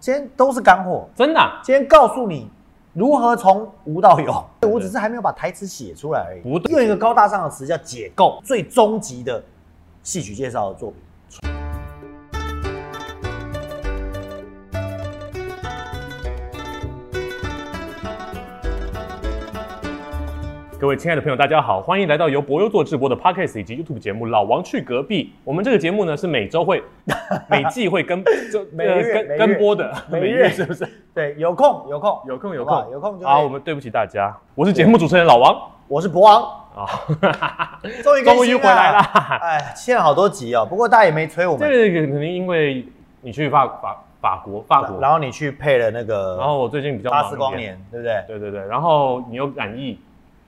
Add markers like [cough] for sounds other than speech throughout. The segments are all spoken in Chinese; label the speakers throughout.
Speaker 1: 今天都是干货，
Speaker 2: 真的啊、
Speaker 1: 今天告诉你如何从无到有。我只是还没有把台词写出来而已。
Speaker 2: 不对
Speaker 1: 用一个高大上的词叫解构，最终极的戏曲介绍的作品。
Speaker 2: 各位亲爱的朋友，大家好，欢迎来到由博优做直播的 Podcast 以及 YouTube 节目《老王去隔壁》。我们这个节目呢是每
Speaker 1: [laughs]
Speaker 2: 周会、每季会跟就呃
Speaker 1: 每月每
Speaker 2: 跟
Speaker 1: 月
Speaker 2: 跟播的，
Speaker 1: 每月
Speaker 2: 是不是？
Speaker 1: 对，有空有空
Speaker 2: 有空有
Speaker 1: 好不好
Speaker 2: 空
Speaker 1: 有空就
Speaker 2: 啊！
Speaker 1: 来
Speaker 2: 我们对不起大家，我是节目主持人老王
Speaker 1: 我是博王，
Speaker 2: 啊，
Speaker 1: [laughs] 终于更新
Speaker 2: 终于回来。啦。
Speaker 1: 哎，欠了好多集哦，不过大家也没催我们。
Speaker 2: [laughs] 这个肯定因为你去法法法国法国，
Speaker 1: 然后你去配了那个，
Speaker 2: 然后我最近比较
Speaker 1: 巴斯
Speaker 2: 忙
Speaker 1: 光
Speaker 2: 一点，
Speaker 1: 年，对不对？
Speaker 2: 对对对，然后你又染疫，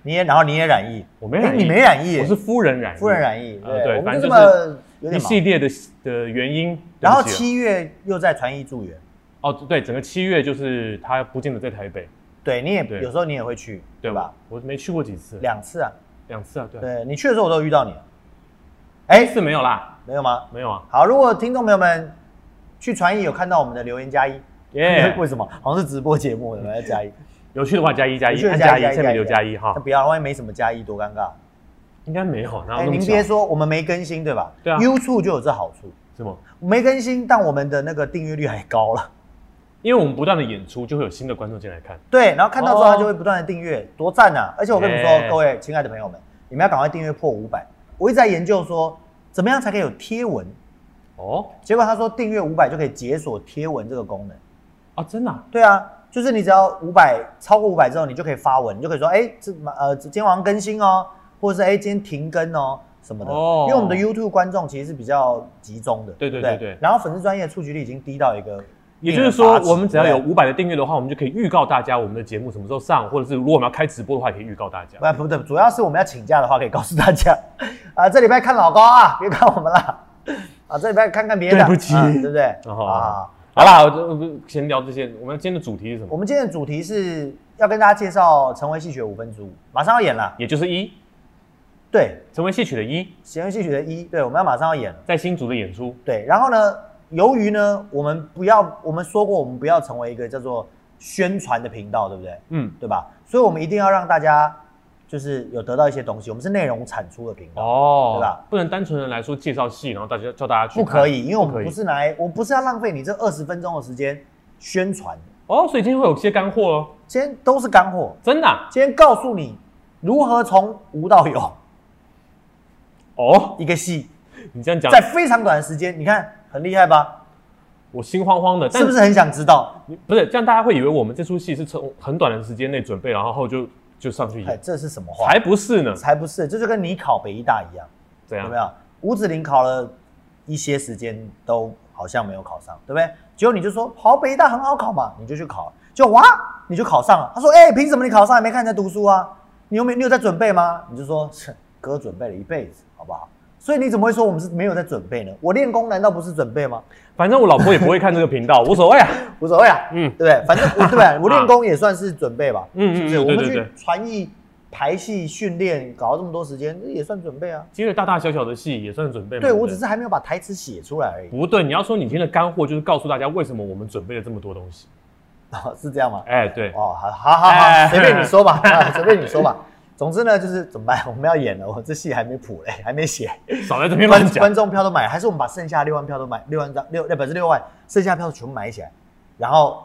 Speaker 1: 你也，然后你也染疫，
Speaker 2: 我没染
Speaker 1: 哎
Speaker 2: 疫，
Speaker 1: 你没染疫
Speaker 2: 我是夫人染疫，
Speaker 1: 夫人染疫，
Speaker 2: 呃对
Speaker 1: 我们
Speaker 2: 反
Speaker 1: 就
Speaker 2: 正
Speaker 1: 这么
Speaker 2: 就是
Speaker 1: 有
Speaker 2: 一
Speaker 1: 点忙。
Speaker 2: 系列的的原因。
Speaker 1: 然后
Speaker 2: 对不起
Speaker 1: 七月又在传艺助援，
Speaker 2: 哦，对，整个七月就是他不见得在台北，
Speaker 1: 对，你也
Speaker 2: 对
Speaker 1: 有时候你也会去，
Speaker 2: 对
Speaker 1: 对吧
Speaker 2: 吧？？我没去过几次，两
Speaker 1: 两次啊，
Speaker 2: 两次啊，对，
Speaker 1: 对你去的时候我都有遇到你。
Speaker 2: 一
Speaker 1: 哎，
Speaker 2: 次没有啦，
Speaker 1: 没有吗？
Speaker 2: 没有啊，
Speaker 1: 好，如果听众朋友们去传艺有看到我们的留言加一，
Speaker 2: 耶，
Speaker 1: 为什么？好像是直播节目，我们要加一，
Speaker 2: 有趣的话加一加
Speaker 1: 有
Speaker 2: 一，
Speaker 1: 趣的
Speaker 2: 按
Speaker 1: 加
Speaker 2: 加
Speaker 1: 一
Speaker 2: 一，
Speaker 1: 加一
Speaker 2: 下面留
Speaker 1: 加
Speaker 2: 加
Speaker 1: 一
Speaker 2: 一哈
Speaker 1: 那，不要，万一没什么加一，多尴尬。
Speaker 2: 应该没有，然后
Speaker 1: 哎，
Speaker 2: 那么
Speaker 1: 您
Speaker 2: 小
Speaker 1: 别说，我们没更新，对吧？
Speaker 2: 对啊
Speaker 1: y o u t u b e 就有这好处，
Speaker 2: 什么，
Speaker 1: 没更新，但我们的那个订阅率还高了。
Speaker 2: 因为我们不断的演出，就会有新的观众进来看，
Speaker 1: 对，然后看到之后，
Speaker 2: 哦
Speaker 1: 他就会不断的订阅，多赞呐！而且我跟你们说，
Speaker 2: 耶
Speaker 1: 各位亲爱的朋友们，你们要赶快订阅破五百。我一直在研究说，怎么样才可以有贴文？
Speaker 2: 哦，
Speaker 1: 结果他说订阅五百就可以解锁贴文这个功能。
Speaker 2: 啊，真的啊，
Speaker 1: 对啊，就是你只要五百超过五百之后，你就可以发文，你就可以说，哎，这呃今天晚上更新哦，或者是哎今天停更哦什么的。
Speaker 2: 哦
Speaker 1: 因为我们的 YouTube 观众其实是比较集中的，
Speaker 2: 对对
Speaker 1: 不
Speaker 2: 对对
Speaker 1: 然后粉丝专业触及率已经低到一个，
Speaker 2: 也就是说，我们只要有
Speaker 1: 对不对
Speaker 2: 五百的订阅的话，我们就可以预告大家我们的节目什么时候上，或者是如果我们要开直播的话，也可以预告大家。
Speaker 1: 啊不不对，主要是我们要请假的话，可以告诉大家， [laughs] 啊、这礼拜看老高啊，别看我们啦， [laughs] 啊，这礼拜看看别的，
Speaker 2: 对不起
Speaker 1: 啊对不对？
Speaker 2: 哦
Speaker 1: 啊，
Speaker 2: 好啦，我就我先聊这些。我们今天的主题是什
Speaker 1: 我
Speaker 2: 么？
Speaker 1: 们今天的主题是要跟大家介绍《成为戏曲的五分之五》，马上要演了，
Speaker 2: 也就是一，
Speaker 1: 对，
Speaker 2: 成为戏曲的一，
Speaker 1: 《弦乐戏曲的一》，对，我们要马上要演了，
Speaker 2: 在新竹的演出。
Speaker 1: 对，然后呢，由于呢，我们不要，我们说过，我们不要成为一个叫做宣传的频道，对不对？
Speaker 2: 嗯，
Speaker 1: 对吧？所以我们一定要让大家就是有得到一些东西，我们是内容产出的频道。
Speaker 2: 哦，
Speaker 1: 对吧？
Speaker 2: 不能单纯的来说介绍戏，然后大家叫大家去
Speaker 1: 不
Speaker 2: 看，
Speaker 1: 可以，因为我们
Speaker 2: 可以
Speaker 1: 不是拿来，我不是要浪费你这二十分钟的时间宣传，
Speaker 2: 哦，所以今天会有些干货哦，
Speaker 1: 今天都是干货，
Speaker 2: 真的啊、
Speaker 1: 今天告诉你如何从无到有
Speaker 2: 哦。
Speaker 1: 一个戏，
Speaker 2: 你这样讲
Speaker 1: 在，非常短的时间，你看很厉害吧？
Speaker 2: 我心慌慌的，但
Speaker 1: 是不是很想知道？
Speaker 2: 你不是这样？大家会以为我们这出戏是从很短的时间内准备，然后就就上去
Speaker 1: 哎，
Speaker 2: 演，
Speaker 1: 这是什么话？
Speaker 2: 才不是呢。
Speaker 1: 才不是，这就跟你考北医大一样，
Speaker 2: 怎样
Speaker 1: 有没？有？吴子林考了一些时间都好像没有考上，对不对？结果你就说好，北医大很好考嘛，你就去考，就哇，你就考上了。他说，哎、凭什么你考上？也没看你在读书啊？你有没有你有在准备吗？你就说，切哥准备了一辈子，好不好？所以你怎么会说我们是没有在准备呢？我练功难道不是准备吗？
Speaker 2: 反正我老婆也不会看这个频道，无所谓啊。
Speaker 1: 无所谓啊，
Speaker 2: 嗯
Speaker 1: 对不对？
Speaker 2: [laughs]
Speaker 1: 反正我对不对？我练功也算是准备吧，
Speaker 2: 嗯嗯嗯
Speaker 1: 是不是？
Speaker 2: 对
Speaker 1: 我们
Speaker 2: 对
Speaker 1: 去
Speaker 2: 对
Speaker 1: 传艺、排戏、训练，搞了这么多时间，也算准备啊。
Speaker 2: 今天大大小小的戏也算准备嘛。
Speaker 1: 对，
Speaker 2: 不
Speaker 1: 我只是还没有把台词写出来而已， [laughs]
Speaker 2: 不对，你要说你今天的干货就是告诉大家为什么我们准备了这么多东西。
Speaker 1: 是这样吗？
Speaker 2: 哎，对，
Speaker 1: 哦，好，好，好，好，
Speaker 2: 哎
Speaker 1: 随便你说吧，啊随便你说吧。总之呢，就是怎么办？我们要演了，我这戏还没谱嘞，还没写，
Speaker 2: 少在这边乱
Speaker 1: 观
Speaker 2: 讲
Speaker 1: 观。众票都买了，还是我们把剩下六万票都买，六万张六，那本是六万，剩下票全部买起来，然后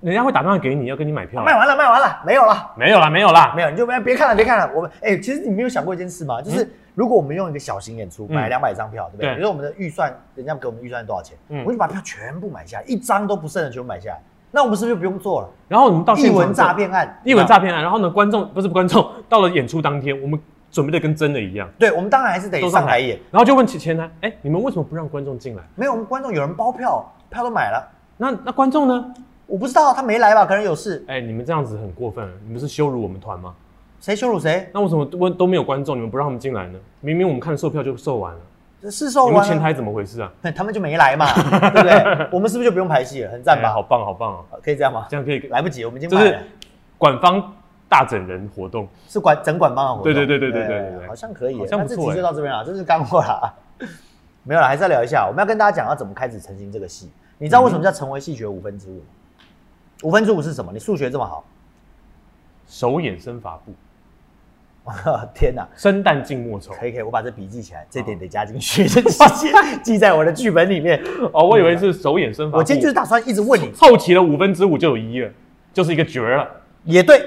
Speaker 2: 人家会打电话给你，要跟你买票。
Speaker 1: 卖完了，卖完了，没有了，
Speaker 2: 没有啦，没有啦，
Speaker 1: 没有，你就别别看了，别看了。我们哎、其实你没有想过一件事吗？就是如果我们用一个小型演出买
Speaker 2: 嗯
Speaker 1: 两百张票，对不对？
Speaker 2: 对
Speaker 1: 比如说我们的预算，人家给我们预算多少钱，
Speaker 2: 嗯
Speaker 1: 我们就把票全部买下来，一张都不剩的全部买下来，那我们是不是就不用做了？
Speaker 2: 然后我们到
Speaker 1: 一
Speaker 2: 现
Speaker 1: 文
Speaker 2: 场
Speaker 1: 诈骗案，
Speaker 2: 一文诈骗案，然后呢，观众不是观众， [laughs] 到了演出当天，我们准备的跟真的一样，
Speaker 1: 对，我们当然还是得上台演。
Speaker 2: 然后就问前前台，哎，你们为什么不让观众进来？
Speaker 1: 没有，我们观众有人包票，票都买了，
Speaker 2: 那那观众呢？
Speaker 1: 我不知道他没来吧，可能有事。
Speaker 2: 哎，你们这样子很过分，啊你们是羞辱我们团吗？
Speaker 1: 谁羞辱谁？
Speaker 2: 那为什么问都没有观众，你们不让他们进来呢？明明我们看售票就售完了，
Speaker 1: 是售
Speaker 2: 你们
Speaker 1: 完
Speaker 2: 前
Speaker 1: 了，
Speaker 2: 台怎么回事啊？
Speaker 1: 他们就没来嘛，
Speaker 2: [laughs]
Speaker 1: 对不对？我们是不是就不用排戏了？很赞
Speaker 2: 哎
Speaker 1: 吧？
Speaker 2: 好棒好棒哦，
Speaker 1: 好，可以这样吗？
Speaker 2: 这样可以，
Speaker 1: 来不及，我们已经
Speaker 2: 就
Speaker 1: 买
Speaker 2: 是
Speaker 1: 了，
Speaker 2: 管方大整人活动，
Speaker 1: 是管整管帮的活动。哎
Speaker 2: 对对对对对对对对
Speaker 1: 好像可以耶。
Speaker 2: 好像
Speaker 1: 那
Speaker 2: 不
Speaker 1: 这
Speaker 2: 错
Speaker 1: 集就啊
Speaker 2: 耶
Speaker 1: [laughs] 到这边了，这是干货啦。没有了，还是要聊一下，我们要跟大家讲要怎么开始成型这个戏。你知道为什么叫成为系学五分之五吗？五分之五是什么？你数学这么好， [laughs]
Speaker 2: 手眼身法步，
Speaker 1: 天哪！
Speaker 2: 生旦净末丑。
Speaker 1: 可以可以，我把这笔记起来，这点得加进去，这记 [laughs] 记在我的剧本里面。
Speaker 2: 哦，我以为是手眼身法步。
Speaker 1: 我今天就是打算一直问你，
Speaker 2: 凑齐了五分之五就有一了，就是一个角儿了。
Speaker 1: 也对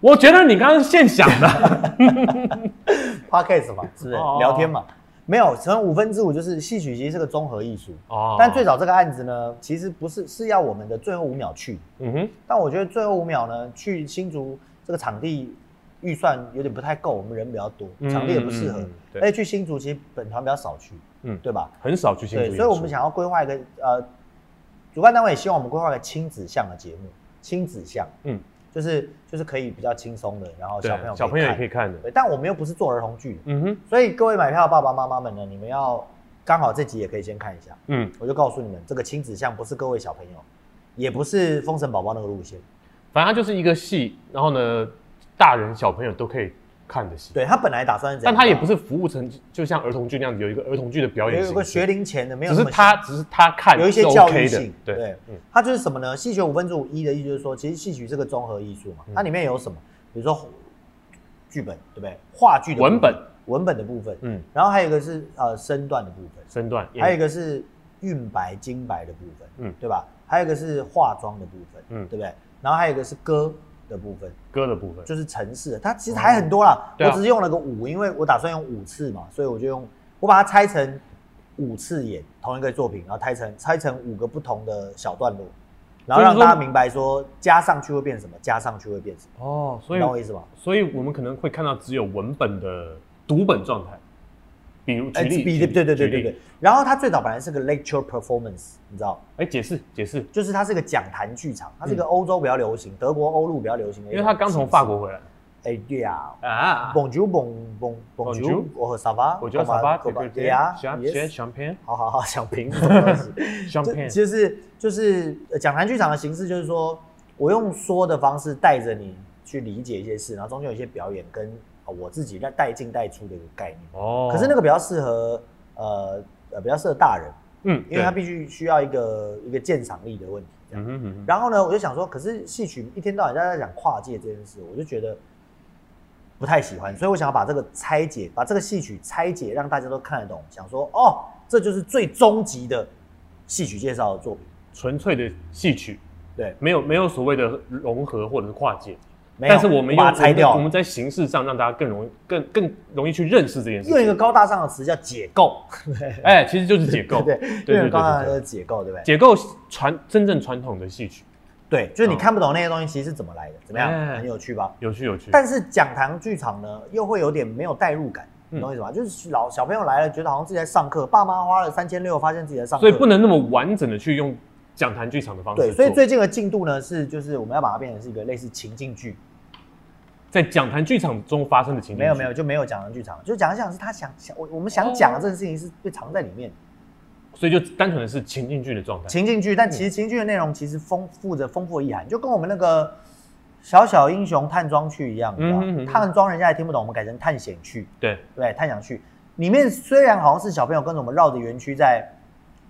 Speaker 2: 我觉得你刚刚现想的，
Speaker 1: ，podcast 嘛，是不是
Speaker 2: 哦哦哦
Speaker 1: 聊天嘛？没有，成为五分之五就是戏曲，其实是个综合艺术。
Speaker 2: [laughs] 哦
Speaker 1: 但最早这个案子呢，其实不是是要我们的最后五秒去，
Speaker 2: 嗯哼，
Speaker 1: 但我觉得最后五秒呢，去新竹这个场地预算有点不太够，我们人比较多，
Speaker 2: 嗯
Speaker 1: 场地也不适合
Speaker 2: 嗯嗯嗯，对
Speaker 1: 而且去新竹其实本团比较少去，
Speaker 2: 嗯
Speaker 1: 对吧？
Speaker 2: 很少去新竹
Speaker 1: 对，
Speaker 2: 演出，
Speaker 1: 所以我们想要规划一个呃，主办单位也希望我们规划一个亲子向的节目，亲子向
Speaker 2: 嗯，
Speaker 1: 就是就是可以比较轻松的，然后
Speaker 2: 对
Speaker 1: 小朋友
Speaker 2: 小朋友也
Speaker 1: 看
Speaker 2: 可以看的，
Speaker 1: 对，但我们又不是做儿童剧，
Speaker 2: 嗯哼，
Speaker 1: 所以各位买票的爸爸妈妈们呢，你们要刚好这集也可以先看一下。
Speaker 2: 嗯，
Speaker 1: 我就告诉你们，这个亲子像不是各位小朋友，也不是封神宝宝那个路线，
Speaker 2: 反正它就是一个戏，然后呢，大人小朋友都可以看的戏，
Speaker 1: 对他本来打算是这样，
Speaker 2: 但它也不是服务成就像儿童剧那样子有一个儿童剧的表演
Speaker 1: 有
Speaker 2: 形
Speaker 1: 一个
Speaker 2: 式
Speaker 1: 学龄前的，没有
Speaker 2: 只
Speaker 1: 那
Speaker 2: 是
Speaker 1: 么
Speaker 2: 他
Speaker 1: 小
Speaker 2: 只是他看
Speaker 1: 有一些
Speaker 2: 是
Speaker 1: 教育
Speaker 2: OK 的
Speaker 1: 性，，
Speaker 2: 对嗯
Speaker 1: 对，，它就是什么呢？戏曲五分之五一的意思就是说，其实戏曲是个综合艺术
Speaker 2: 嗯
Speaker 1: 嘛，它里面有什么？比如说剧本，对不对？话剧的部分
Speaker 2: 文本，
Speaker 1: 文本的部分，
Speaker 2: 嗯，
Speaker 1: 然后还有一个是呃身段的部分，
Speaker 2: 身段，
Speaker 1: 还有一个是韵白、金白的部分，
Speaker 2: 嗯
Speaker 1: 嗯，对吧？还有一个是化妆的部分，
Speaker 2: 嗯
Speaker 1: 嗯，对不对？然后还有一个是歌的部分，
Speaker 2: 歌的部分，
Speaker 1: 就是城市的，它其实还很多啦。
Speaker 2: 对啊
Speaker 1: 我只是用了个五，因为我打算用五次嘛，所以我就用我把它拆成五次演同一个作品，然后拆成拆成五个不同的小段落，然后
Speaker 2: 就是
Speaker 1: 让
Speaker 2: 说
Speaker 1: 大家明白说加上去会变什么，加上去会变什么，
Speaker 2: 哦，所
Speaker 1: 你懂我意
Speaker 2: 以
Speaker 1: 思吗？
Speaker 2: 所以我们可能会看到只有文本的读本状态，比如举例，
Speaker 1: 哎比对
Speaker 2: 举例
Speaker 1: 对对对
Speaker 2: 举
Speaker 1: 对
Speaker 2: 例
Speaker 1: 对。然后它最早本来是个 lecture performance，你知道，
Speaker 2: 哎，解释解释，
Speaker 1: 就是它是个讲坛剧场，它是一个欧洲比较流行、德国欧陆比较流行的一种形
Speaker 2: 嗯因
Speaker 1: 式，
Speaker 2: 为他刚从法国回来
Speaker 1: 哎对呀。
Speaker 2: 啊，
Speaker 1: Bonjour, bon bon bonjour，
Speaker 2: Bonjour
Speaker 1: 我和沙发，
Speaker 2: 我觉得沙发
Speaker 1: 对
Speaker 2: 对
Speaker 1: 对哎
Speaker 2: 对
Speaker 1: 呀，
Speaker 2: ，champagne
Speaker 1: yes
Speaker 2: champagne
Speaker 1: 好好好，想平什么东
Speaker 2: [laughs]
Speaker 1: 西？这
Speaker 2: champagne，
Speaker 1: 就是就是呃讲坛剧场的形式，就是说我用说的方式带着你去理解一些事，然后中间有一些表演跟呃我自己在带进带出的一个概念。
Speaker 2: 哦，
Speaker 1: 可是那个比较适合呃呃比较适合大人，
Speaker 2: 嗯，
Speaker 1: 因为他
Speaker 2: 对
Speaker 1: 必须需要一个一个鉴赏力的问题。这样
Speaker 2: 嗯哼嗯哼，
Speaker 1: 然后呢，我就想说，可是戏曲一天到晚大家在讲跨界这件事，我就觉得不太喜欢，所以我想要把这个拆解，把这个戏曲拆解，让大家都看得懂，想说哦，这就是最终极的戏曲介绍的作品。
Speaker 2: 纯粹的戏曲，
Speaker 1: 对，
Speaker 2: 没有没有所谓的融合或者是跨界，
Speaker 1: 没有
Speaker 2: 但是我们
Speaker 1: 把
Speaker 2: 用
Speaker 1: 它拆掉
Speaker 2: 我们
Speaker 1: 了，
Speaker 2: 在形式上让大家更容易、更更容易去认识这件事
Speaker 1: 用一个
Speaker 2: 情。
Speaker 1: 高大上的词叫解构，
Speaker 2: 哎，其实就是解构，
Speaker 1: 对
Speaker 2: 对
Speaker 1: 用一
Speaker 2: 对
Speaker 1: 个高大上
Speaker 2: 对
Speaker 1: 的
Speaker 2: 对
Speaker 1: 词解构，对不对？
Speaker 2: 解构传真正传统的戏曲，
Speaker 1: 对，就是你
Speaker 2: 嗯
Speaker 1: 看不懂那些东西其实是怎么来的，怎么样？
Speaker 2: 哎
Speaker 1: 很有趣吧？
Speaker 2: 有趣有趣。
Speaker 1: 但是讲堂剧场呢，又会有点没有代入感，
Speaker 2: 嗯
Speaker 1: 你懂我意思吗？就是老小朋友来了，觉得好像自己在上课，爸妈花了三千六，发现自己在上课，
Speaker 2: 所以不能那么完整的去用讲坛剧场的方式
Speaker 1: 呃对。
Speaker 2: 做。
Speaker 1: 所以最近的进度呢是，就是我们要把它变成是一个类似情境剧，
Speaker 2: 在讲坛剧场中发生的情景，
Speaker 1: 没有没有，就没有讲堂剧场，就讲一讲是他想想我我们想讲的这件事情是被藏在里面的
Speaker 2: 所以就单纯的是情境剧的状态。
Speaker 1: 情境剧，但
Speaker 2: 嗯
Speaker 1: 其实情境剧的内容其实丰富着丰富的意涵，就跟我们那个。小小英雄探庄去一样，你知道吗
Speaker 2: 嗯哼嗯哼
Speaker 1: 探庄人家也听不懂，我们改成探险去。
Speaker 2: 对，
Speaker 1: 对，探险去里面虽然好像是小朋友跟着我们绕着园区在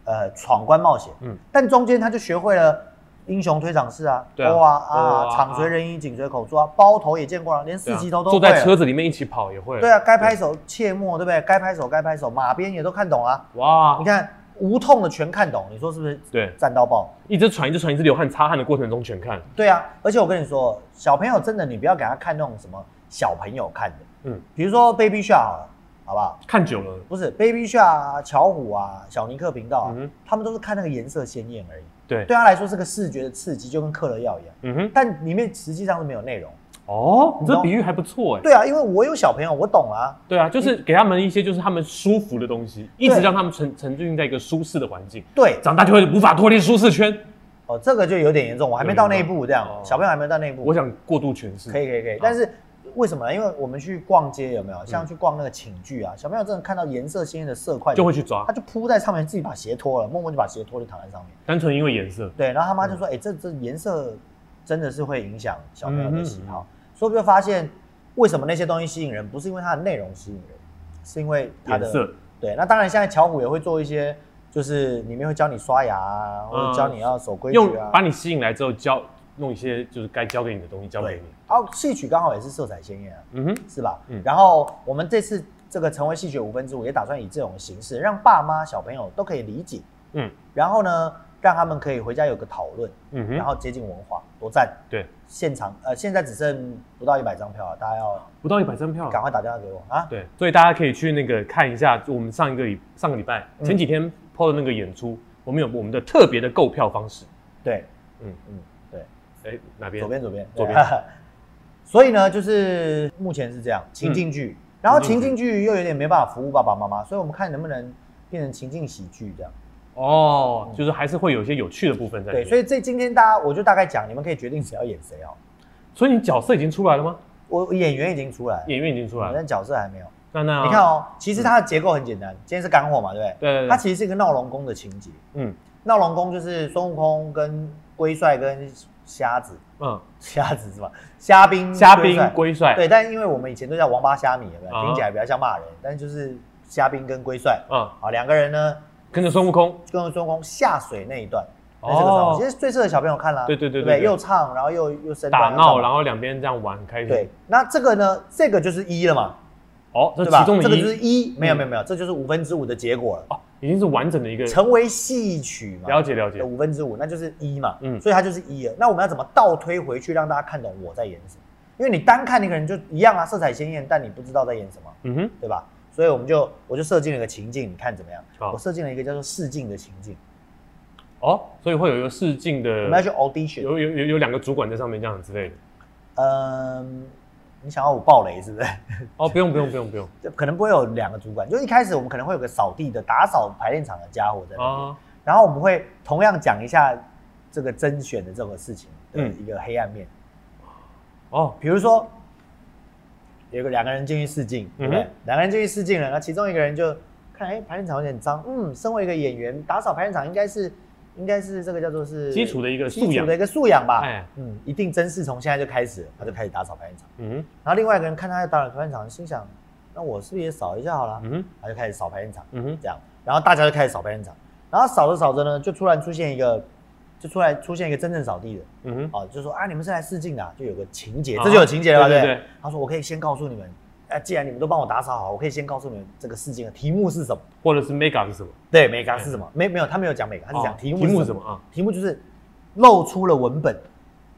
Speaker 1: 呃闯关冒险，
Speaker 2: 嗯
Speaker 1: 嗯，但中间他就学会了英雄推掌式啊，
Speaker 2: 对啊
Speaker 1: 勾啊
Speaker 2: 勾
Speaker 1: 啊，
Speaker 2: 啊
Speaker 1: 场随人影，紧随口珠啊，包头也见过了，连
Speaker 2: 对
Speaker 1: 四
Speaker 2: 啊
Speaker 1: 级头都
Speaker 2: 坐
Speaker 1: 会
Speaker 2: 在车
Speaker 1: 了。
Speaker 2: 子里面一起跑也会。
Speaker 1: 对啊，，该拍手切莫，对不对？该拍手该拍手，马鞭也都看懂啊。
Speaker 2: 哇
Speaker 1: 你，看无痛的全看懂，你说是不是？
Speaker 2: 对，
Speaker 1: 赞到爆。
Speaker 2: 一直喘一直喘一直流汗擦汗的过程中全看。
Speaker 1: 对啊，而且我跟你说，小朋友真的你不要给他看那种什么小朋友看的，
Speaker 2: 嗯
Speaker 1: 嗯，比如说 Baby Shark 好了，好不好？
Speaker 2: 看久了，
Speaker 1: 不是 Baby Shark 啊、巧虎啊、小尼克频道、啊
Speaker 2: 嗯哼
Speaker 1: 他们都是看那个颜色鲜艳而已。
Speaker 2: 对，
Speaker 1: 对他来说是个视觉的刺激，就跟嗑了药一样。
Speaker 2: 嗯哼，
Speaker 1: 但里面实际上是没有内容。
Speaker 2: 哦，你
Speaker 1: 你
Speaker 2: 这
Speaker 1: 懂
Speaker 2: 比喻还不错哎。
Speaker 1: 对啊，因为我有小朋友，我懂啊。
Speaker 2: 对啊，就是给他们一些就是他们舒服的东西，一直
Speaker 1: 对
Speaker 2: 让他们沉沉浸在一个舒适的环境，
Speaker 1: 对，
Speaker 2: 长大就会无法脱离舒适圈。
Speaker 1: 哦，这个就有点严重，我还没到那一步，这样
Speaker 2: 有点严重哦
Speaker 1: 小朋友还没到那一步。
Speaker 2: 我想过度诠释。
Speaker 1: 可以可以可以，但是为什么呢？因为我们去逛街有没
Speaker 2: 嗯
Speaker 1: 有？像去逛那个寝具啊，小朋友真的看到颜色鲜艳的色块，
Speaker 2: 就会去抓
Speaker 1: 他，就扑在上面，自己把鞋脱了，默默就把鞋脱就躺在上面。
Speaker 2: 单纯因为颜色。
Speaker 1: 对，然后他妈就说：“哎、这这颜色真的是会影响小朋友的喜
Speaker 2: 嗯
Speaker 1: 好。所以我就发现，为什么那些东西吸引人，不是因为它的内容吸引人，是因为它的
Speaker 2: 颜色。
Speaker 1: 对，那当然，现在巧虎也会做一些就是里面会教你刷牙啊，或者教你要守规
Speaker 2: 嗯用
Speaker 1: 矩啊。
Speaker 2: 把你吸引来之后教弄一些就是该教给你的东西教给
Speaker 1: 对
Speaker 2: 你。，
Speaker 1: 然后啊戏曲刚好也是色彩鲜艳啊，
Speaker 2: 嗯哼，
Speaker 1: 是吧？
Speaker 2: 嗯
Speaker 1: 然后我们这次这个成为戏曲五分之五，也打算以这种形式让爸妈小朋友都可以理解，
Speaker 2: 嗯
Speaker 1: 然后呢，让他们可以回家有个讨论，
Speaker 2: 嗯
Speaker 1: 然
Speaker 2: 哼，
Speaker 1: 后接近文化，多赞！
Speaker 2: 对，
Speaker 1: 现场呃，现在只剩不到一百张票啊了，大家要
Speaker 2: 不到一百张票
Speaker 1: 赶。快打电话给我啊！
Speaker 2: 对，所以大家可以去那个看一下，就我们上一个礼上个礼拜
Speaker 1: 嗯
Speaker 2: 前几天 PO 的那个演出，我们有我们的特别的购票方式。
Speaker 1: 对，
Speaker 2: 嗯，
Speaker 1: 嗯，对，
Speaker 2: 哎，哪边？
Speaker 1: 左边左边
Speaker 2: 左边。
Speaker 1: 对所以呢，就是目前是这样情境剧，
Speaker 2: 嗯
Speaker 1: 然后情境剧又有点没办法服务爸爸妈妈，所以我们看能不能变成情境喜剧这样。
Speaker 2: 哦，就是还是会有一些有趣的部分在里
Speaker 1: 嗯对，
Speaker 2: 面。
Speaker 1: 所
Speaker 2: 以，
Speaker 1: 以这今天大家我就大概讲，你们可以决定谁要演谁哦。
Speaker 2: 所以你角色已经出来了吗？
Speaker 1: 我演员已经出来了，
Speaker 2: 演员已经出来了。嗯
Speaker 1: 但角色还没有。
Speaker 2: 那那
Speaker 1: 你看，哦，其实它的结构很简单，今天是干货嘛，对不对？
Speaker 2: 对对
Speaker 1: 它
Speaker 2: 对，
Speaker 1: 其实是一个闹龙宫的情节，
Speaker 2: 嗯
Speaker 1: 闹龙宫就是孙悟空跟龟帅跟瞎子，
Speaker 2: 嗯，
Speaker 1: 瞎子是
Speaker 2: [laughs]
Speaker 1: 吧？虾兵
Speaker 2: 虾
Speaker 1: 龟
Speaker 2: 兵
Speaker 1: 帅
Speaker 2: 龟帅，
Speaker 1: 嗯对，但因为我们以前都叫王八虾米，有没有？
Speaker 2: 啊
Speaker 1: 听起来比较像骂人，但就是虾兵跟龟帅
Speaker 2: 嗯，
Speaker 1: 啊，两个人呢
Speaker 2: 跟着孙悟空，
Speaker 1: 就跟孙悟空下水那一段，那这个时候
Speaker 2: 哦
Speaker 1: 其实最适合小朋友看啦。
Speaker 2: 对对对
Speaker 1: 不
Speaker 2: 对对
Speaker 1: 又唱，然后又又身
Speaker 2: 打闹，然
Speaker 1: 后
Speaker 2: 后两边这样玩很开心。
Speaker 1: 对，，那这个呢，这个就是一了嘛，
Speaker 2: 哦，
Speaker 1: 对
Speaker 2: 这是
Speaker 1: 吧？
Speaker 2: 其
Speaker 1: 这
Speaker 2: 中
Speaker 1: 个
Speaker 2: 的
Speaker 1: 就是
Speaker 2: 一
Speaker 1: 一，没有
Speaker 2: 嗯
Speaker 1: 没有没有，这就是五分之五的结果了，
Speaker 2: 哦，已经是完整的一个
Speaker 1: 成为戏曲嘛。
Speaker 2: 了解了解
Speaker 1: 的。五分之五，那就是一嘛，
Speaker 2: 嗯
Speaker 1: 所以它就是一了。那我们要怎么倒推回去，让大家看懂我在演什么？因为你单看那个人就一样啊，色彩鲜艳，但你不知道在演什么。
Speaker 2: 嗯哼，
Speaker 1: 对吧？所以我们就我就设计了一个情境，你看怎么样？
Speaker 2: 好
Speaker 1: 我设计了一个叫做试镜的情境，
Speaker 2: 哦，所以会有一个试镜
Speaker 1: 我们要
Speaker 2: 的，
Speaker 1: 去 audition。
Speaker 2: 呃有有有有两个主管在上面这样之类的。
Speaker 1: 嗯，你想要我爆雷是不是？ [laughs]
Speaker 2: 哦，不用不用不用不用
Speaker 1: 就可能不会有两个主管，就一开始我们可能会有个扫地的、打扫排练场的家伙在那，
Speaker 2: 啊，
Speaker 1: 然后我们会同样讲一下这个甄选的这个事情的
Speaker 2: 嗯
Speaker 1: 一个黑暗面，
Speaker 2: 哦，
Speaker 1: 比如说。有个两个人进去试镜，对不对
Speaker 2: 嗯哼？
Speaker 1: 两个人进去试镜了，那其中一个人就看，哎，排练场有点脏，嗯，身为一个演员，打扫排练场应该是，应该是这个叫做是
Speaker 2: 基础的一个
Speaker 1: 基
Speaker 2: 素
Speaker 1: 础
Speaker 2: 养
Speaker 1: 的，一个素养吧。
Speaker 2: 哎
Speaker 1: 嗯，一定真是从现在就开始，他就开始打扫排练场。
Speaker 2: 嗯
Speaker 1: 然后另外一个人看他在打扫排练场，心想，那我是不是也扫一下好了？
Speaker 2: 哼嗯哼
Speaker 1: 他就开始扫排练场，
Speaker 2: 嗯哼，
Speaker 1: 这样，然后大家就开始扫排练场，然后扫着扫着呢，就突然出现一个，就突然出现一个真正扫地的，
Speaker 2: 嗯哼，
Speaker 1: 哦，就说啊，你们是来试镜的啊、就有个情节，
Speaker 2: 啊
Speaker 1: 这就有情节了吧，
Speaker 2: 对
Speaker 1: 不
Speaker 2: 对对
Speaker 1: 他说我可以先告诉你们，哎、既然你们都帮我打扫好，我可以先告诉你们这个试镜的题目是什么。
Speaker 2: 或者是 mega 是什么？
Speaker 1: 对，美感是什么？没没有，他没有讲美感，他是讲
Speaker 2: 哦
Speaker 1: 题目、
Speaker 2: 题目
Speaker 1: 是
Speaker 2: 是什么啊？
Speaker 1: 题目就是露出了文本，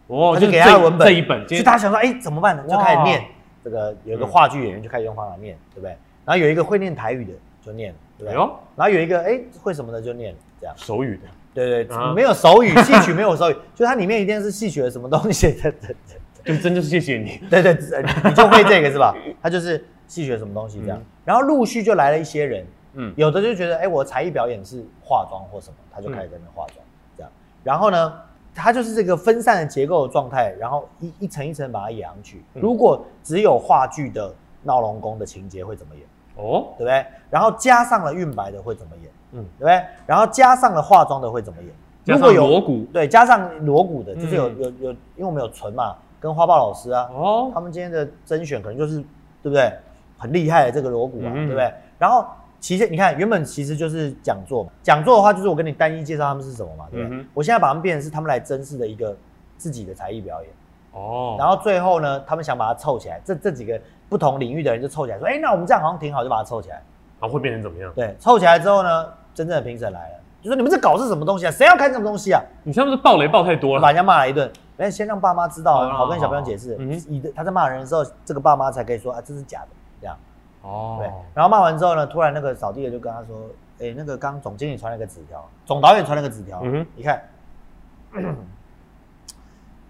Speaker 2: 哦，
Speaker 1: 他就
Speaker 2: 就是
Speaker 1: 给他
Speaker 2: 这
Speaker 1: 的文本，
Speaker 2: 这一本，今
Speaker 1: 就
Speaker 2: 天
Speaker 1: 大家想说，哎、怎么办呢？就开始
Speaker 2: 哇
Speaker 1: 念。这个有一个
Speaker 2: 嗯
Speaker 1: 话剧演员就开始用方法念，对不对？然后有一个会念台语的就念了，对不
Speaker 2: 哎
Speaker 1: 对？
Speaker 2: 呦，
Speaker 1: 然后有一个哎、会什么的就念了，这样。
Speaker 2: 手语的，
Speaker 1: 对对，
Speaker 2: 啊
Speaker 1: 没有手语，戏曲没有手语， [laughs] 就它里面一定是戏曲的什么东西的，对
Speaker 2: 就真就是谢谢你。
Speaker 1: [laughs] 对对对，你你就会这个是吧？ [laughs] 它就是戏曲的什么东西这样
Speaker 2: 嗯。
Speaker 1: 然后陆续就来了一些人，
Speaker 2: 嗯
Speaker 1: 有的就觉得，哎、我才艺表演是化妆或什么，他就开始在那边化妆、这样。然后呢，他就是这个分散的结构的状态，然后一一层一层把它演上去。
Speaker 2: 嗯
Speaker 1: 如果只有话剧的闹龙宫的情节会怎么演，
Speaker 2: 哦
Speaker 1: 对，不对？然后加上了韵白的会怎么演，
Speaker 2: 嗯，
Speaker 1: 对不对？然后加上了化妆的会怎么演？
Speaker 2: 加
Speaker 1: 如
Speaker 2: 上
Speaker 1: 果有
Speaker 2: 锣鼓，
Speaker 1: 对，加上锣鼓的，就是有、
Speaker 2: 嗯
Speaker 1: 有有，因为我们有存嘛，跟花豹老师啊，他
Speaker 2: 哦，
Speaker 1: 们今天的甄选可能就是对不对？很厉害的这个锣鼓啊，
Speaker 2: 嗯
Speaker 1: 对不对？然后其实你看，原本其实就是讲座嘛，讲座的话就是我跟你单一介绍他们是什么嘛，对不对？
Speaker 2: 嗯哼
Speaker 1: 我现在把他们变成是他们来甄试的一个自己的才艺表演，然
Speaker 2: 哦，
Speaker 1: 后最后呢，他们想把它凑起来，这这几个不同领域的人就凑起来说，哎，那我们这样好像挺好，就把它凑起来。
Speaker 2: 然后会变成怎么样？
Speaker 1: 对，凑起来之后呢，真正的评审来了，就说你们这搞是什么东西啊？谁要看这种东西啊？
Speaker 2: 你是不是爆雷爆太多
Speaker 1: 把
Speaker 2: 了？
Speaker 1: 人家骂了一顿，哎，先让爸妈知道啊，
Speaker 2: 哦
Speaker 1: 好跟小朋友解释
Speaker 2: 嗯。哼
Speaker 1: 你的他在骂人的时候，这个爸妈才可以说啊，这是假的，这样对
Speaker 2: 哦。，
Speaker 1: 然后骂完之后呢，突然那个扫地的就跟他说，哎，那个刚总经理传了个纸条，总导演传了个纸条
Speaker 2: 嗯哼，
Speaker 1: 你看， [coughs]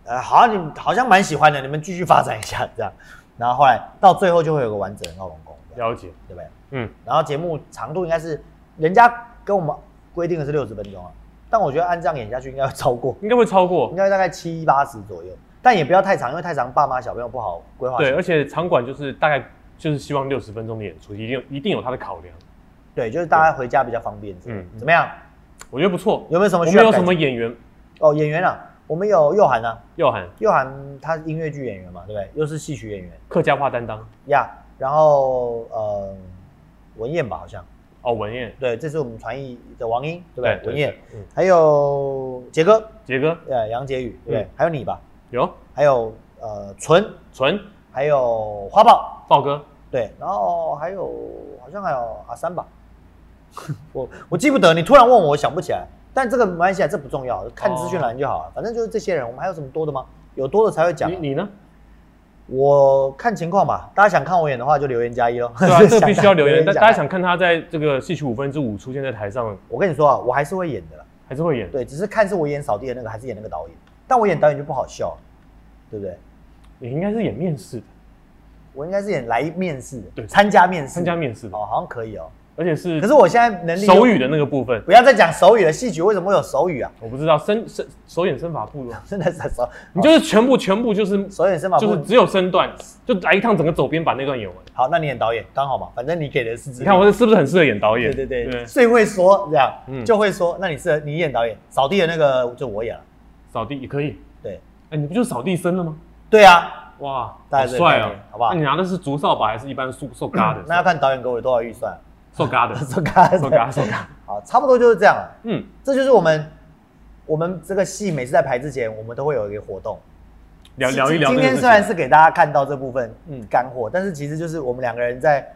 Speaker 1: 呃，好啊，你好像蛮喜欢的，你们继续发展一下这样。然后后来到最后就会有个完整的闹龙宫，这样
Speaker 2: 了解，
Speaker 1: 对不对？
Speaker 2: 嗯，
Speaker 1: 然后节目长度应该是人家跟我们规定的是六十分钟啊，但我觉得按这样演下去应该会超过。
Speaker 2: 应该会超过
Speaker 1: 应。该大概七八十左右，但也不要太长，因为太长爸妈小朋友不好规划。
Speaker 2: 对，而且场馆就是大概就是希望六十分钟的演出，一定有一定有它的考量。
Speaker 1: 对，就是大家回家比较方便。嗯
Speaker 2: 嗯，
Speaker 1: 怎么样？
Speaker 2: 我觉得不错。
Speaker 1: 有没有什
Speaker 2: 我
Speaker 1: 么
Speaker 2: 们
Speaker 1: 需要
Speaker 2: 有
Speaker 1: 改
Speaker 2: 什
Speaker 1: 进
Speaker 2: 么演员？
Speaker 1: 哦，演员啊，我们有佑涵啊，
Speaker 2: 耀涵，
Speaker 1: 佑涵他音乐剧演员嘛，对不对？又是戏曲演员
Speaker 2: 客家话担当。
Speaker 1: 呀然后呃文燕吧，好像
Speaker 2: 哦，文彦，
Speaker 1: 对，这是我们传艺的王英，对不对？文彦，，
Speaker 2: 嗯，
Speaker 1: 还有杰哥，
Speaker 2: 杰哥
Speaker 1: 呃，杨杰宇，对不对？
Speaker 2: 嗯
Speaker 1: 还有你吧，
Speaker 2: 有
Speaker 1: 还有呃纯，
Speaker 2: 纯
Speaker 1: 还有花豹，
Speaker 2: 豹哥，
Speaker 1: 对，然后还有好像还有阿三吧， [laughs] 我我记不得，你突然问我，我想不起来。但这个没关系啊，这不重要，看资讯栏就好了。反正就是这些人，我们还有什么多的吗？有多的才会讲啊。
Speaker 2: 哦你你呢？
Speaker 1: 我看情况吧，大家想看我演的话就留言加一喽。
Speaker 2: [laughs]
Speaker 1: [laughs]
Speaker 2: 对啊，这个必须要留言。但
Speaker 1: 想看
Speaker 2: 大家，想看他在这个戏曲五分之五出现在台上，
Speaker 1: 我跟你说啊，我还是会演的啦。
Speaker 2: 还是会演。
Speaker 1: 对，只是看是我演扫地的那个，还是演那个导演。但我演导演就不好笑了，对不对？
Speaker 2: 你应该是演面试的，
Speaker 1: 我应该是演来面试的，
Speaker 2: 对
Speaker 1: 参加面试，
Speaker 2: 参加面试的，
Speaker 1: 哦，好像可以哦。
Speaker 2: 而且是
Speaker 1: 可是我现在能力
Speaker 2: 手语的那个部分，
Speaker 1: 不要再讲手语了，戏曲为什么会有手语啊？
Speaker 2: 我不知道身身手眼身法步
Speaker 1: [laughs]
Speaker 2: 了，
Speaker 1: 真的是手
Speaker 2: 你就是全部全部就是
Speaker 1: 手眼身法
Speaker 2: 就
Speaker 1: 不
Speaker 2: 是只有身段，就来一趟整个走边把那段演完。
Speaker 1: 好，那你演导演刚好嘛，反正你给的是指
Speaker 2: 你看我是不是很适合演导演？
Speaker 1: 对对对，最会说这样，
Speaker 2: 嗯
Speaker 1: 就会说。那你是你演导演，扫地的那个就我演了，
Speaker 2: 扫地也可以。
Speaker 1: 对
Speaker 2: 哎，你不就是扫地僧了吗？
Speaker 1: 对啊，
Speaker 2: 哇，
Speaker 1: 大
Speaker 2: 好
Speaker 1: 概这个
Speaker 2: 帅
Speaker 1: 概
Speaker 2: 哦
Speaker 1: 念，好不好嗯
Speaker 2: 那你拿的是竹扫把还是一般塑塑嘎的？
Speaker 1: 那要看导演给我多少预算， [laughs]
Speaker 2: 塑嘎的，
Speaker 1: 说干
Speaker 2: 塑嘎塑嘎。
Speaker 1: [laughs] 好，差不多就是这样了。
Speaker 2: 嗯，
Speaker 1: 这就是我们我们这个戏每次在排之前，我们都会有一个活动，
Speaker 2: 聊聊一聊这
Speaker 1: 今
Speaker 2: 个事情。
Speaker 1: 天虽然是给大家看到这部分
Speaker 2: 嗯
Speaker 1: 干货，但是其实就是我们两个人在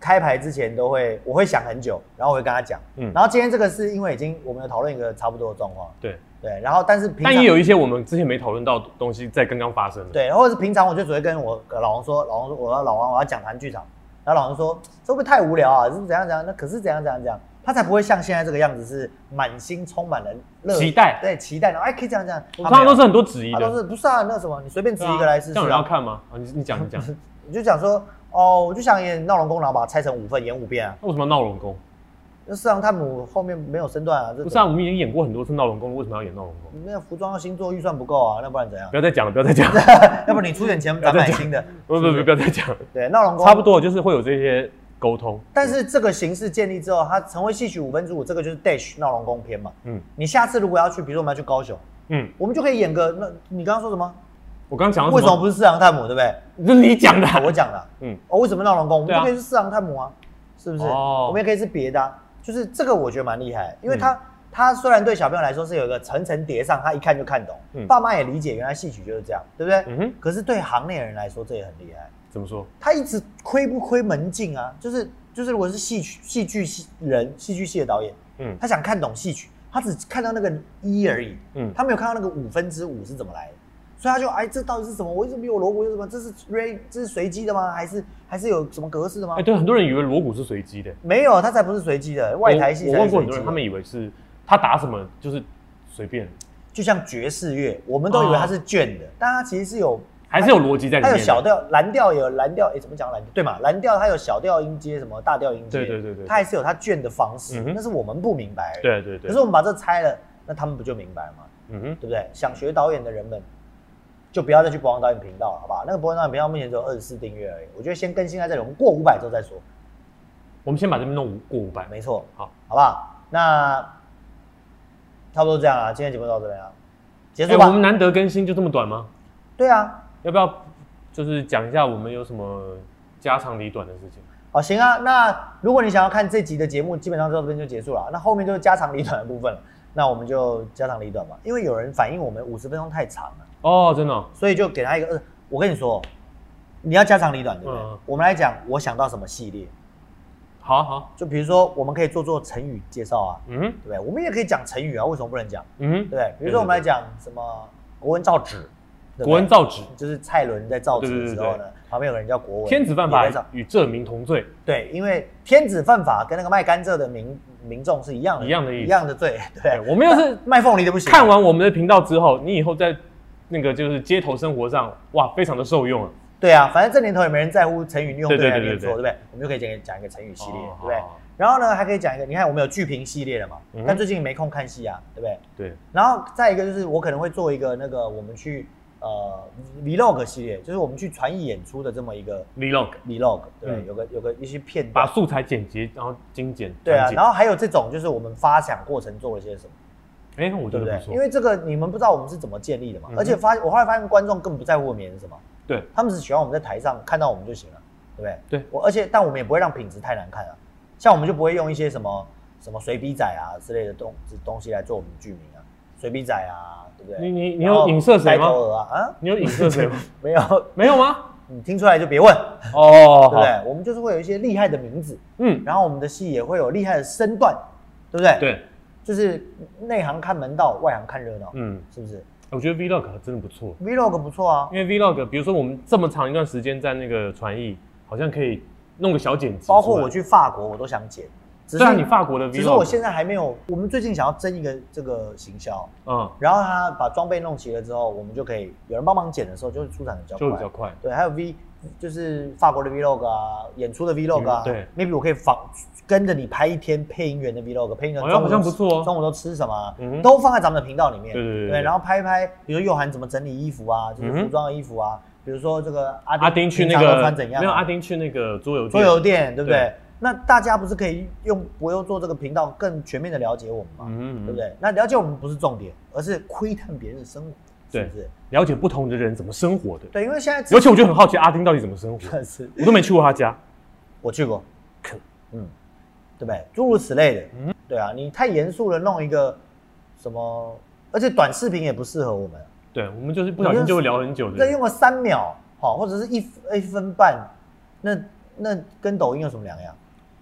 Speaker 1: 开牌之前都会，我会想很久，然后我会跟他讲。
Speaker 2: 嗯
Speaker 1: 然后今天这个是因为已经我们有讨论一个差不多的状况，
Speaker 2: 啊对，
Speaker 1: 对。然后但是平
Speaker 2: 但也
Speaker 1: 常
Speaker 2: 有一些我们之前没讨论到的东西在刚刚发生的。
Speaker 1: 对，或者是平常我就只会跟我呃老王说，老王说我要老王我要讲韩剧场，然后老王说这会不会太无聊啊？是怎样怎样？那可是怎样怎样怎样？他才不会像现在这个样子，是满心充满了热
Speaker 2: 期待
Speaker 1: 对期待，然后哎可以这样这样。
Speaker 2: 我通常都是很多质疑
Speaker 1: 他
Speaker 2: 的
Speaker 1: 都。是不是啊？那什么，你随便指
Speaker 2: 对啊
Speaker 1: 一个来试试、
Speaker 2: 这样有人要看吗？啊，你你讲你
Speaker 1: [laughs]
Speaker 2: 讲，
Speaker 1: 你就讲说，哦，我就想演闹龙宫，然后把它拆成五份，演五遍啊。
Speaker 2: 那为什么要闹龙宫？
Speaker 1: 那四郎探母后面没有身段啊，这
Speaker 2: 不是啊，我们已经演过很多次闹龙宫，为什么要演闹龙宫？
Speaker 1: 那服装星座预算不够啊，那不然怎样
Speaker 2: 不？要再讲了，不要再
Speaker 1: [laughs]
Speaker 2: 讲了，
Speaker 1: 要不然你出点钱，咱买新的。
Speaker 2: 不不不，不要再讲了，
Speaker 1: 对，闹龙宫
Speaker 2: 差不。多就是会有这些沟通。
Speaker 1: 但是这个形式建立之后，它成为戏曲五分之五，这个就是 dash 闹龙宫篇嘛。
Speaker 2: 嗯
Speaker 1: 你下次如果要去，比如说我们要去高雄，
Speaker 2: 嗯，
Speaker 1: 我们就可以演个那，你刚刚说什么？
Speaker 2: 我刚刚讲到
Speaker 1: 为
Speaker 2: 什
Speaker 1: 什么
Speaker 2: 么？
Speaker 1: 不是四郎探母，对不对？
Speaker 2: 这是你讲的啊，
Speaker 1: 我讲的啊、
Speaker 2: 嗯
Speaker 1: 哦，为什么闹龙宫？我们
Speaker 2: 对啊
Speaker 1: 就可以是四郎探母啊，是不是？
Speaker 2: 哦嗯
Speaker 1: 我们也可以是别的、啊，就是这个我觉得蛮厉害，因为他、他虽然对小朋友来说是有一个层层叠上，他一看就看懂，
Speaker 2: 嗯
Speaker 1: 爸妈也理解原来戏曲就是这样，对不对？
Speaker 2: 嗯哼，
Speaker 1: 可是对行内人来说这也很厉害，
Speaker 2: 怎么说？
Speaker 1: 他一直亏不亏门径啊？就是就是，如果是戏曲戏剧系人戏剧系的导演，
Speaker 2: 嗯
Speaker 1: 他想看懂戏曲，他只看到那个一而已，
Speaker 2: 嗯，
Speaker 1: 他没有看到那个五分之五是怎么来的，所以他就哎，这到底是什么？我一直没有锣鼓，又什么？这是 ray，这是随机的吗？还是还是有什么格式的吗？
Speaker 2: 哎，对，很多人以为锣鼓是随机的，
Speaker 1: 没有，他才不是随机的，外台戏
Speaker 2: 我
Speaker 1: 才
Speaker 2: 我
Speaker 1: 是
Speaker 2: 问
Speaker 1: 随
Speaker 2: 过很多
Speaker 1: 机
Speaker 2: 人，
Speaker 1: 的。
Speaker 2: 他们以为是他打什么就是随便，
Speaker 1: 就像爵士乐，我们都以为它是卷的，但它其实是有，
Speaker 2: 哦还是有逻辑在里
Speaker 1: 它有
Speaker 2: 面的。
Speaker 1: 小调、蓝调，也有蓝调，哎，怎么讲蓝调？对嘛，蓝调它有小调音阶，什么大调音阶，
Speaker 2: 对对对对
Speaker 1: 它还是有它卷的方式
Speaker 2: 嗯，哼
Speaker 1: 那是我们不明白而已。
Speaker 2: 对对对。
Speaker 1: 可是我们把这拆了，那他们不就明白吗？
Speaker 2: 嗯哼，
Speaker 1: 对不对？想学导演的人们，就不要再去博望导演频道了，好不好？那个博望导演频道目前只有二十四订阅而已，我觉得先更新在这里，我们过五百之后再说，
Speaker 2: 我们先把这边弄过五百。
Speaker 1: 没错，
Speaker 2: 好，
Speaker 1: 好不好？那差不多这样啊，今天节目到这边啊，结束
Speaker 2: 哎，
Speaker 1: 吧。
Speaker 2: 我们难得更新就这么短吗？
Speaker 1: 对啊，
Speaker 2: 要不要就是讲一下我们有什么家长里短的事情？
Speaker 1: 好行啊。那如果你想要看这集的节目，基本上到这边就结束了啊，那后面就是家长里短的部分了。那我们就家长里短吧，因为有人反映我们五十分钟太长了，
Speaker 2: 哦，真的哦、
Speaker 1: 所以就给他一个二。我跟你说，你要家长里短对不对？
Speaker 2: 嗯
Speaker 1: 我们来讲，我想到什么系列。
Speaker 2: 好啊好啊，
Speaker 1: 就比如说，我们可以做做成语介绍啊，
Speaker 2: 嗯哼
Speaker 1: 对不对？我们也可以讲成语啊，为什么不能讲？
Speaker 2: 嗯
Speaker 1: 对不
Speaker 2: 哼，
Speaker 1: 对？比如说我们来讲什么国文造纸，对不对
Speaker 2: 国文造纸，
Speaker 1: 就是蔡伦在造纸的时候
Speaker 2: 对对对
Speaker 1: 呢，旁边有个人叫国文，
Speaker 2: 天子犯法
Speaker 1: 也在造
Speaker 2: 与这民同罪，
Speaker 1: 对，因为天子犯法跟那个卖甘蔗的民民众是一样的，
Speaker 2: 一样的意思
Speaker 1: 一样的罪，对
Speaker 2: 对。我们要是
Speaker 1: 卖凤梨的不行，啊
Speaker 2: 看完我们的频道之后，你以后在那个就是街头生活上，哇，非常的受用啊。
Speaker 1: 对啊，反正这年头也没人在乎成语用
Speaker 2: 对对
Speaker 1: 还
Speaker 2: 对
Speaker 1: 念
Speaker 2: 对
Speaker 1: 错，对不对？我们就可以讲讲一个成语系列，
Speaker 2: 哦
Speaker 1: 对不对
Speaker 2: 好好好？
Speaker 1: 然后呢，还可以讲一个，你看我们有剧评系列了嘛
Speaker 2: 嗯，
Speaker 1: 但最近没空看戏啊，对不对？
Speaker 2: 对，
Speaker 1: 然后再一个就是，我可能会做一个那个我们去呃 vlog 系列，就是我们去传艺演出的这么一个
Speaker 2: vlog
Speaker 1: vlog，对不对，
Speaker 2: 嗯
Speaker 1: 有个有个一些片
Speaker 2: 把
Speaker 1: 段，
Speaker 2: 素材剪辑，然后精简，
Speaker 1: 对啊，
Speaker 2: 删减
Speaker 1: 然后还有这种就是我们发想过程做了些什么，
Speaker 2: 哎、我觉
Speaker 1: 对不
Speaker 2: 得
Speaker 1: 对
Speaker 2: 不？
Speaker 1: 因
Speaker 2: 错，
Speaker 1: 为这个你们不知道我们是怎么建立的嘛，
Speaker 2: 嗯哼
Speaker 1: 而且发我后来发现观众更不在乎我们演什么，
Speaker 2: 对
Speaker 1: 他们只喜欢我们在台上看到我们就行了，对不对？
Speaker 2: 对，
Speaker 1: 我而且但我们也不会让品质太难看啊。像我们就不会用一些什么什么随笔仔啊之类的东东西来做我们的剧名啊，随笔仔啊，对不对？
Speaker 2: 你你你
Speaker 1: 然后
Speaker 2: 有影射谁
Speaker 1: 呆头
Speaker 2: 吗？
Speaker 1: 鹅啊？啊，
Speaker 2: 你有影
Speaker 1: [laughs]
Speaker 2: 射谁吗？
Speaker 1: 没有，
Speaker 2: 没有吗？
Speaker 1: 你听出来就别问，
Speaker 2: 哦，
Speaker 1: 对不
Speaker 2: 好，
Speaker 1: 对？我们就是会有一些厉害的名字，
Speaker 2: 嗯，
Speaker 1: 然后我们的戏也会有厉害的身段，对不对？，
Speaker 2: 对，
Speaker 1: 就是内行看门道，外行看热闹，
Speaker 2: 嗯，
Speaker 1: 是不是
Speaker 2: 我觉得 vlog 真的不错，
Speaker 1: ？Vlog 不错啊，
Speaker 2: 因为 vlog，比如说我们这么长一段时间在那个传艺，好像可以弄个小剪辑出来，
Speaker 1: 包括我去法国，我都想剪，只
Speaker 2: 对啊，你法国的 vlog，
Speaker 1: 只是我现在还没有，我们最近想要争一个这个行销，
Speaker 2: 嗯，
Speaker 1: 然后他把装备弄齐了之后，我们就可以有人帮忙剪的时候，就会出产的比较
Speaker 2: 就会比较
Speaker 1: 快。
Speaker 2: 快，
Speaker 1: 对，还有 V 就是法国的 Vlog 啊，演出的 Vlog 啊，
Speaker 2: 嗯对
Speaker 1: ，maybe 我可以仿跟着你拍一天配音员的 Vlog，配音员
Speaker 2: 好像
Speaker 1: 中午都
Speaker 2: 好像不错哦
Speaker 1: 中午都吃什么啊、
Speaker 2: 嗯哼
Speaker 1: 都放在咱们的频道里面，
Speaker 2: 对对对对
Speaker 1: 然后拍一拍，比如说佑涵怎么整理衣服啊，就是
Speaker 2: 嗯哼
Speaker 1: 服装的衣服啊，比如说这个阿
Speaker 2: 阿丁去那
Speaker 1: 平常都
Speaker 2: 个
Speaker 1: 穿怎样啊、
Speaker 2: 没有阿丁去那个桌游店
Speaker 1: 桌游店，对不对？
Speaker 2: 对
Speaker 1: 那大家不是可以用博优做这个频道更全面的了解我们嘛，
Speaker 2: 嗯嗯嗯
Speaker 1: 对不对？那了解我们不是重点，而是窥探别人的生活，是不是？
Speaker 2: 了解不同的人怎么生活的。
Speaker 1: 对，因为现在只
Speaker 2: 尤其我就很好奇阿丁到底怎么生活，
Speaker 1: 是 [laughs] 是
Speaker 2: 我都没去过他家。
Speaker 1: 我去过，
Speaker 2: 可嗯
Speaker 1: 嗯，对不对？诸如此类的，对啊，你太严肃了，弄一个什么，而且短视频也不适合我们，
Speaker 2: 对，我们就是不小心就会聊很久的
Speaker 1: 这
Speaker 2: 人。
Speaker 1: 用个三秒，好、或者是一分一分半，那那跟抖音有什么两样？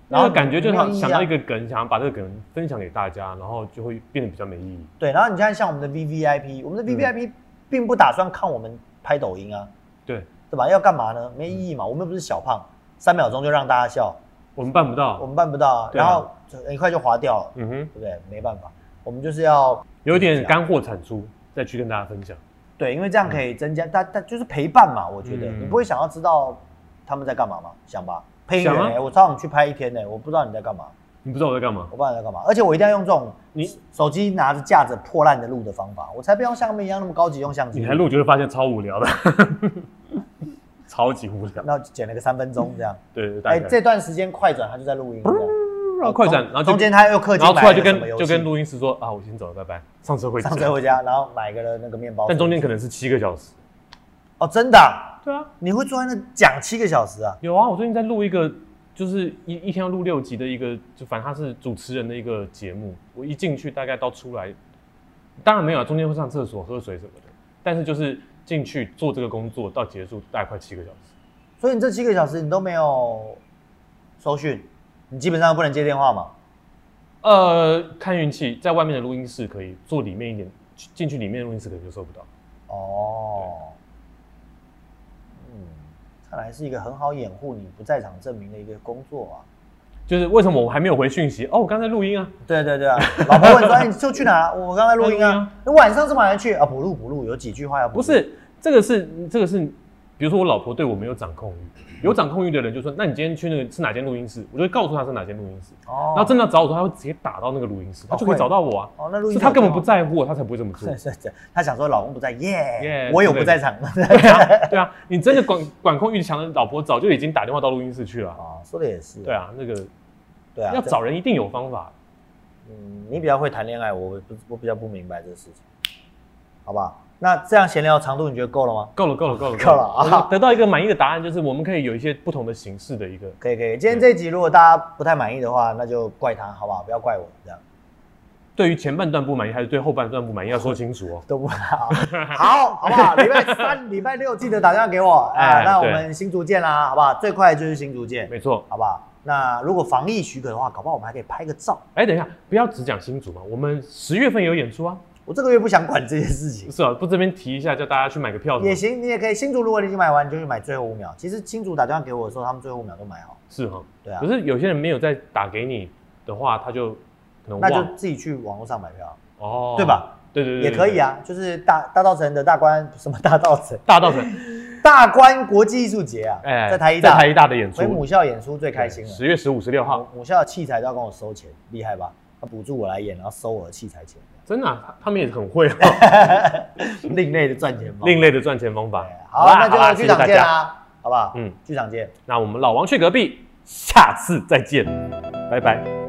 Speaker 2: 然后感觉就
Speaker 1: 没
Speaker 2: 想
Speaker 1: 有意义啊
Speaker 2: 想到一个梗，想要把这个梗分享给大家，然后就会变得比较没意义。
Speaker 1: 对，然后你看像我们的 V V I P，我们
Speaker 2: 嗯
Speaker 1: 的 V V I P 并不打算看我们拍抖音啊，
Speaker 2: 对嗯
Speaker 1: 对吧？要干嘛呢？没意义嘛，我们又不是小胖，三秒钟就让大家笑，
Speaker 2: 我们办不
Speaker 1: 我
Speaker 2: 到。
Speaker 1: 们办不到啊，
Speaker 2: 对啊
Speaker 1: 然后很快就划掉了，
Speaker 2: 嗯哼
Speaker 1: 对，不对？没办法，我们就是要
Speaker 2: 有一点干货产出，再去跟大家分享。
Speaker 1: 对，因为这样可以增加大大就是陪伴嘛，我觉得
Speaker 2: 嗯
Speaker 1: 你不会想要知道他们在干嘛吗？想吧，配音员
Speaker 2: 想啊
Speaker 1: 欸，我找你去拍一天欸呢，我不知道你在干嘛，
Speaker 2: 你不知道我在干嘛？
Speaker 1: 我不知道你在干嘛，而且我一定要用这种
Speaker 2: 你
Speaker 1: 手机拿着架着破烂的录的方法，我才不要像他们一样那么高级用相机
Speaker 2: 你还录，就会发现超无聊的， [laughs] 超级无聊。
Speaker 1: 那剪了个三分钟这样。
Speaker 2: 对对，大
Speaker 1: 哎、
Speaker 2: 概
Speaker 1: 这段时间快转他就在录音，这样
Speaker 2: 然后快转，然后就
Speaker 1: 中间他又氪
Speaker 2: 然
Speaker 1: 金
Speaker 2: 后
Speaker 1: 买
Speaker 2: 出来
Speaker 1: 了
Speaker 2: 就
Speaker 1: 什么
Speaker 2: 跟
Speaker 1: 游
Speaker 2: 就跟
Speaker 1: 戏，
Speaker 2: 录音师说啊，我先走了，拜拜，上车回家
Speaker 1: 上。车回家，然后买个了那个面包。
Speaker 2: 但中间可能是七个小时。
Speaker 1: 哦，真的啊、
Speaker 2: 对啊，
Speaker 1: 你会坐在那讲七个小时啊？
Speaker 2: 有啊，我最近在录一个，就是一一天要录六集的一个，就反正他是主持人的一个节目。我一进去大概到出来，当然没有啊，中间会上厕所、喝水什么的。但是就是进去做这个工作到结束大概快七个小时，
Speaker 1: 所以你这七个小时你都没有收讯，你基本上不能接电话嘛？
Speaker 2: 呃，看运气，在外面的录音室可以做里面一点，进去里面的录音室可能就收不到。
Speaker 1: 哦，嗯，看来是一个很好掩护你不在场证明的一个工作啊。
Speaker 2: 就是为什么我还没有回讯息？哦，我刚才录音啊，
Speaker 1: 对对对啊，老婆问说：“哎，你就去哪？我刚才录音
Speaker 2: 在录音
Speaker 1: 啊
Speaker 2: 啊，
Speaker 1: 那晚上怎么还去啊？补录补录，有几句话要补
Speaker 2: 不
Speaker 1: 录。
Speaker 2: 是，这个是这个是，比如说我老婆对我没有掌控欲，有掌控欲的人就说，那你今天去那个是哪间录音室，我就会告诉他是哪间录音室。
Speaker 1: 哦
Speaker 2: 然后真的要找我的时候，他会直接打到那个录音室，他就可以
Speaker 1: 会
Speaker 2: 找到我啊。
Speaker 1: 哦，那录音
Speaker 2: 是他根
Speaker 1: 有
Speaker 2: 本不
Speaker 1: 电话
Speaker 2: 在乎我，他才不会这么
Speaker 1: [laughs]
Speaker 2: 做
Speaker 1: 是。是是，他想说老公不在，耶、
Speaker 2: 耶
Speaker 1: 我有
Speaker 2: 对
Speaker 1: 不在场。 [laughs]
Speaker 2: 对啊，你真的管管控欲强的老婆早就已经打电话到录音室去了啊。
Speaker 1: 啊，说的也是。
Speaker 2: 对啊，那个
Speaker 1: 对啊，
Speaker 2: 要
Speaker 1: 这
Speaker 2: 找人一定有方法。
Speaker 1: 嗯，你比较会谈恋爱，我不我比较不明白这个事情，好吧？那这样闲聊长度你觉得够了吗？
Speaker 2: 够了，够了，够了，
Speaker 1: 够了啊
Speaker 2: 我得到一个满意的答案，就是我们可以有一些不同的形式的一个。
Speaker 1: 可以可以，今天这一集如果大家不太满意的话，那就怪他，好不好？不要怪我，这样
Speaker 2: 对于前半段不满意，还是对后半段不满意，要说清楚哦。
Speaker 1: 都不好，
Speaker 2: [laughs]
Speaker 1: 好，好不好？礼拜三、礼拜六记得打电话给我，哎、
Speaker 2: 哎
Speaker 1: 那我
Speaker 2: 对
Speaker 1: 们新竹见啦，好不好？最快就是新竹见，
Speaker 2: 没错。
Speaker 1: 好不好？那如果防疫许可的话，搞不好我们还可以拍个照。
Speaker 2: 哎，等一下，不要只讲新竹嘛，我们十月份有演出啊。
Speaker 1: 我这个月不想管这些事情
Speaker 2: 不。是啊，不这边提一下，叫大家去买个票什么
Speaker 1: 也
Speaker 2: 的。
Speaker 1: 行，你也可以。新竹如果你已经买完，你就去买最后五秒。其实新竹打电话给我的时候，他们最后五秒都买好，
Speaker 2: 是哈。
Speaker 1: 对啊
Speaker 2: 可，是有些人没有再打给你的话，他就可能
Speaker 1: 那
Speaker 2: 忘了
Speaker 1: 就自己去网络上买票，
Speaker 2: 哦，
Speaker 1: 对吧？
Speaker 2: 对对对，
Speaker 1: 也可以
Speaker 2: 啊。
Speaker 1: 啊。就是大大稻城的大关 [laughs] 什么大稻城，
Speaker 2: 大
Speaker 1: [laughs]
Speaker 2: 道城，
Speaker 1: 大关国际艺术节啊，
Speaker 2: 哎，
Speaker 1: 在台一
Speaker 2: 在
Speaker 1: 大
Speaker 2: 台一大的演出
Speaker 1: 回，母校演出最开心啊了。
Speaker 2: 十月十五、十六号，
Speaker 1: 母校的器材都要跟我收钱，厉害吧？他补助我来演，然后收我的器材钱，
Speaker 2: 真的啊、他他们也很
Speaker 1: [laughs]
Speaker 2: 会、哦，
Speaker 1: 另类的赚钱方法。
Speaker 2: 另类的赚钱方法
Speaker 1: 对。
Speaker 2: 好
Speaker 1: 好
Speaker 2: 啦
Speaker 1: 啊，
Speaker 2: 好啦
Speaker 1: 那就
Speaker 2: 谢谢
Speaker 1: 剧场
Speaker 2: 大
Speaker 1: 见
Speaker 2: 家
Speaker 1: 啦，好不好？
Speaker 2: 嗯
Speaker 1: 嗯，剧场见。
Speaker 2: 那我们老王去隔壁，下次再见，拜拜。